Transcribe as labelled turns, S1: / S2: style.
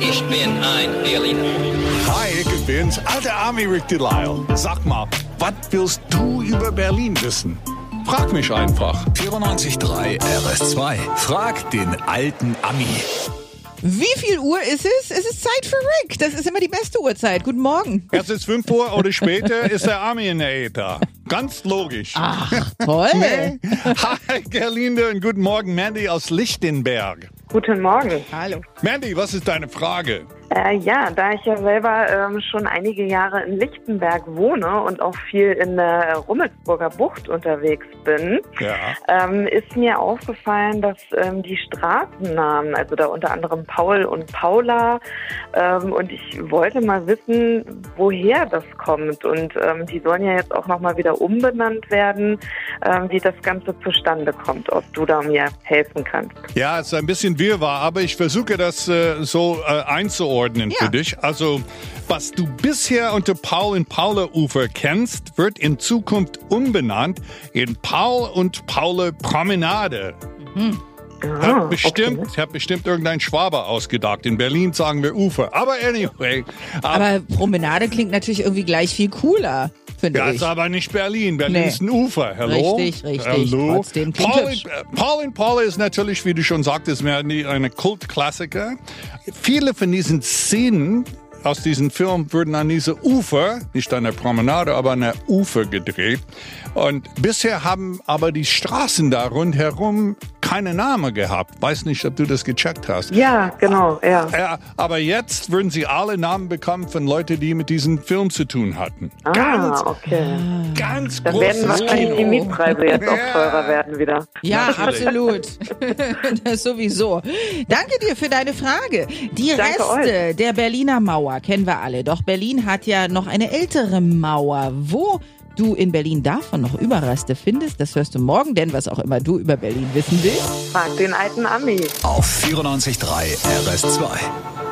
S1: Ich bin ein Berliner.
S2: Hi, ich bin's, alter Army Rick Delisle. Sag mal, was willst du über Berlin wissen? Frag mich einfach.
S3: 94.3 RS2. Frag den alten Ami.
S4: Wie viel Uhr ist es? Es ist Zeit für Rick. Das ist immer die beste Uhrzeit. Guten Morgen.
S2: Erst ist 5 Uhr oder später ist der Army in der Äther. Ganz logisch.
S4: Ach, toll.
S2: Nee. Hi, Gerlinde und guten Morgen, Mandy aus Lichtenberg.
S5: Guten Morgen.
S4: Hallo.
S2: Mandy, was ist deine Frage?
S5: Äh, ja, da ich ja selber ähm, schon einige Jahre in Lichtenberg wohne und auch viel in der Rummelsburger Bucht unterwegs bin,
S2: Ja.
S5: ähm, ist mir aufgefallen, dass ähm, die Straßennamen, also da unter anderem Paul und Paula, ähm, und ich wollte mal wissen, woher das kommt. Und ähm, die sollen ja jetzt auch nochmal wieder umbenannt werden, ähm, wie das Ganze zustande kommt, ob du da mir helfen kannst.
S2: Ja, es ist ein bisschen wirrwarr, aber ich versuche das äh, so äh, einzuordnen
S4: Ja.
S2: für dich. Also, was du bisher unter Paul und Paula Ufer kennst, wird in Zukunft umbenannt in Paul und Paula Promenade.
S5: Ah,
S2: Hat Äh, bestimmt, hat bestimmt irgendein Schwaber ausgedacht. In Berlin sagen wir Ufer. Aber anyway, aber
S4: Aber Promenade klingt natürlich irgendwie gleich viel cooler, finde
S2: Das
S4: ich.
S2: ist aber nicht Berlin. Berlin
S4: Nee.
S2: ist ein Ufer. Hallo?
S4: Richtig, richtig.
S2: Hallo?
S4: Trotzdem klingt
S2: Paul,
S4: hübsch.
S2: äh, Paul and Paula ist natürlich, wie du schon sagtest, mehr nie eine Kultklassiker. Viele von diesen Szenen aus diesem Film wurden an diese Ufer, nicht an der Promenade, aber an der Ufer gedreht. Und bisher haben aber die Straßen da rundherum keine Namen gehabt. Weiß nicht, ob du das gecheckt hast.
S5: Ja, genau, ja.
S2: Ja, aber jetzt würden sie alle Namen bekommen von Leuten, die mit diesem Film zu tun hatten.
S5: Ah, okay.
S2: Ganz
S5: Dann werden wahrscheinlich die Mietpreise jetzt auch teurer werden wieder.
S4: ja,
S2: natürlich.
S4: absolut. das sowieso. Danke dir für deine Frage. Die
S5: Danke
S4: Reste der Berliner Mauer kennen wir alle. Doch Berlin hat ja noch eine ältere Mauer. Wo du in Berlin davon noch Überreste findest, das hörst du morgen, denn was auch immer du über Berlin wissen willst.
S5: Frag den alten Ami.
S3: Auf 94.3 RS2.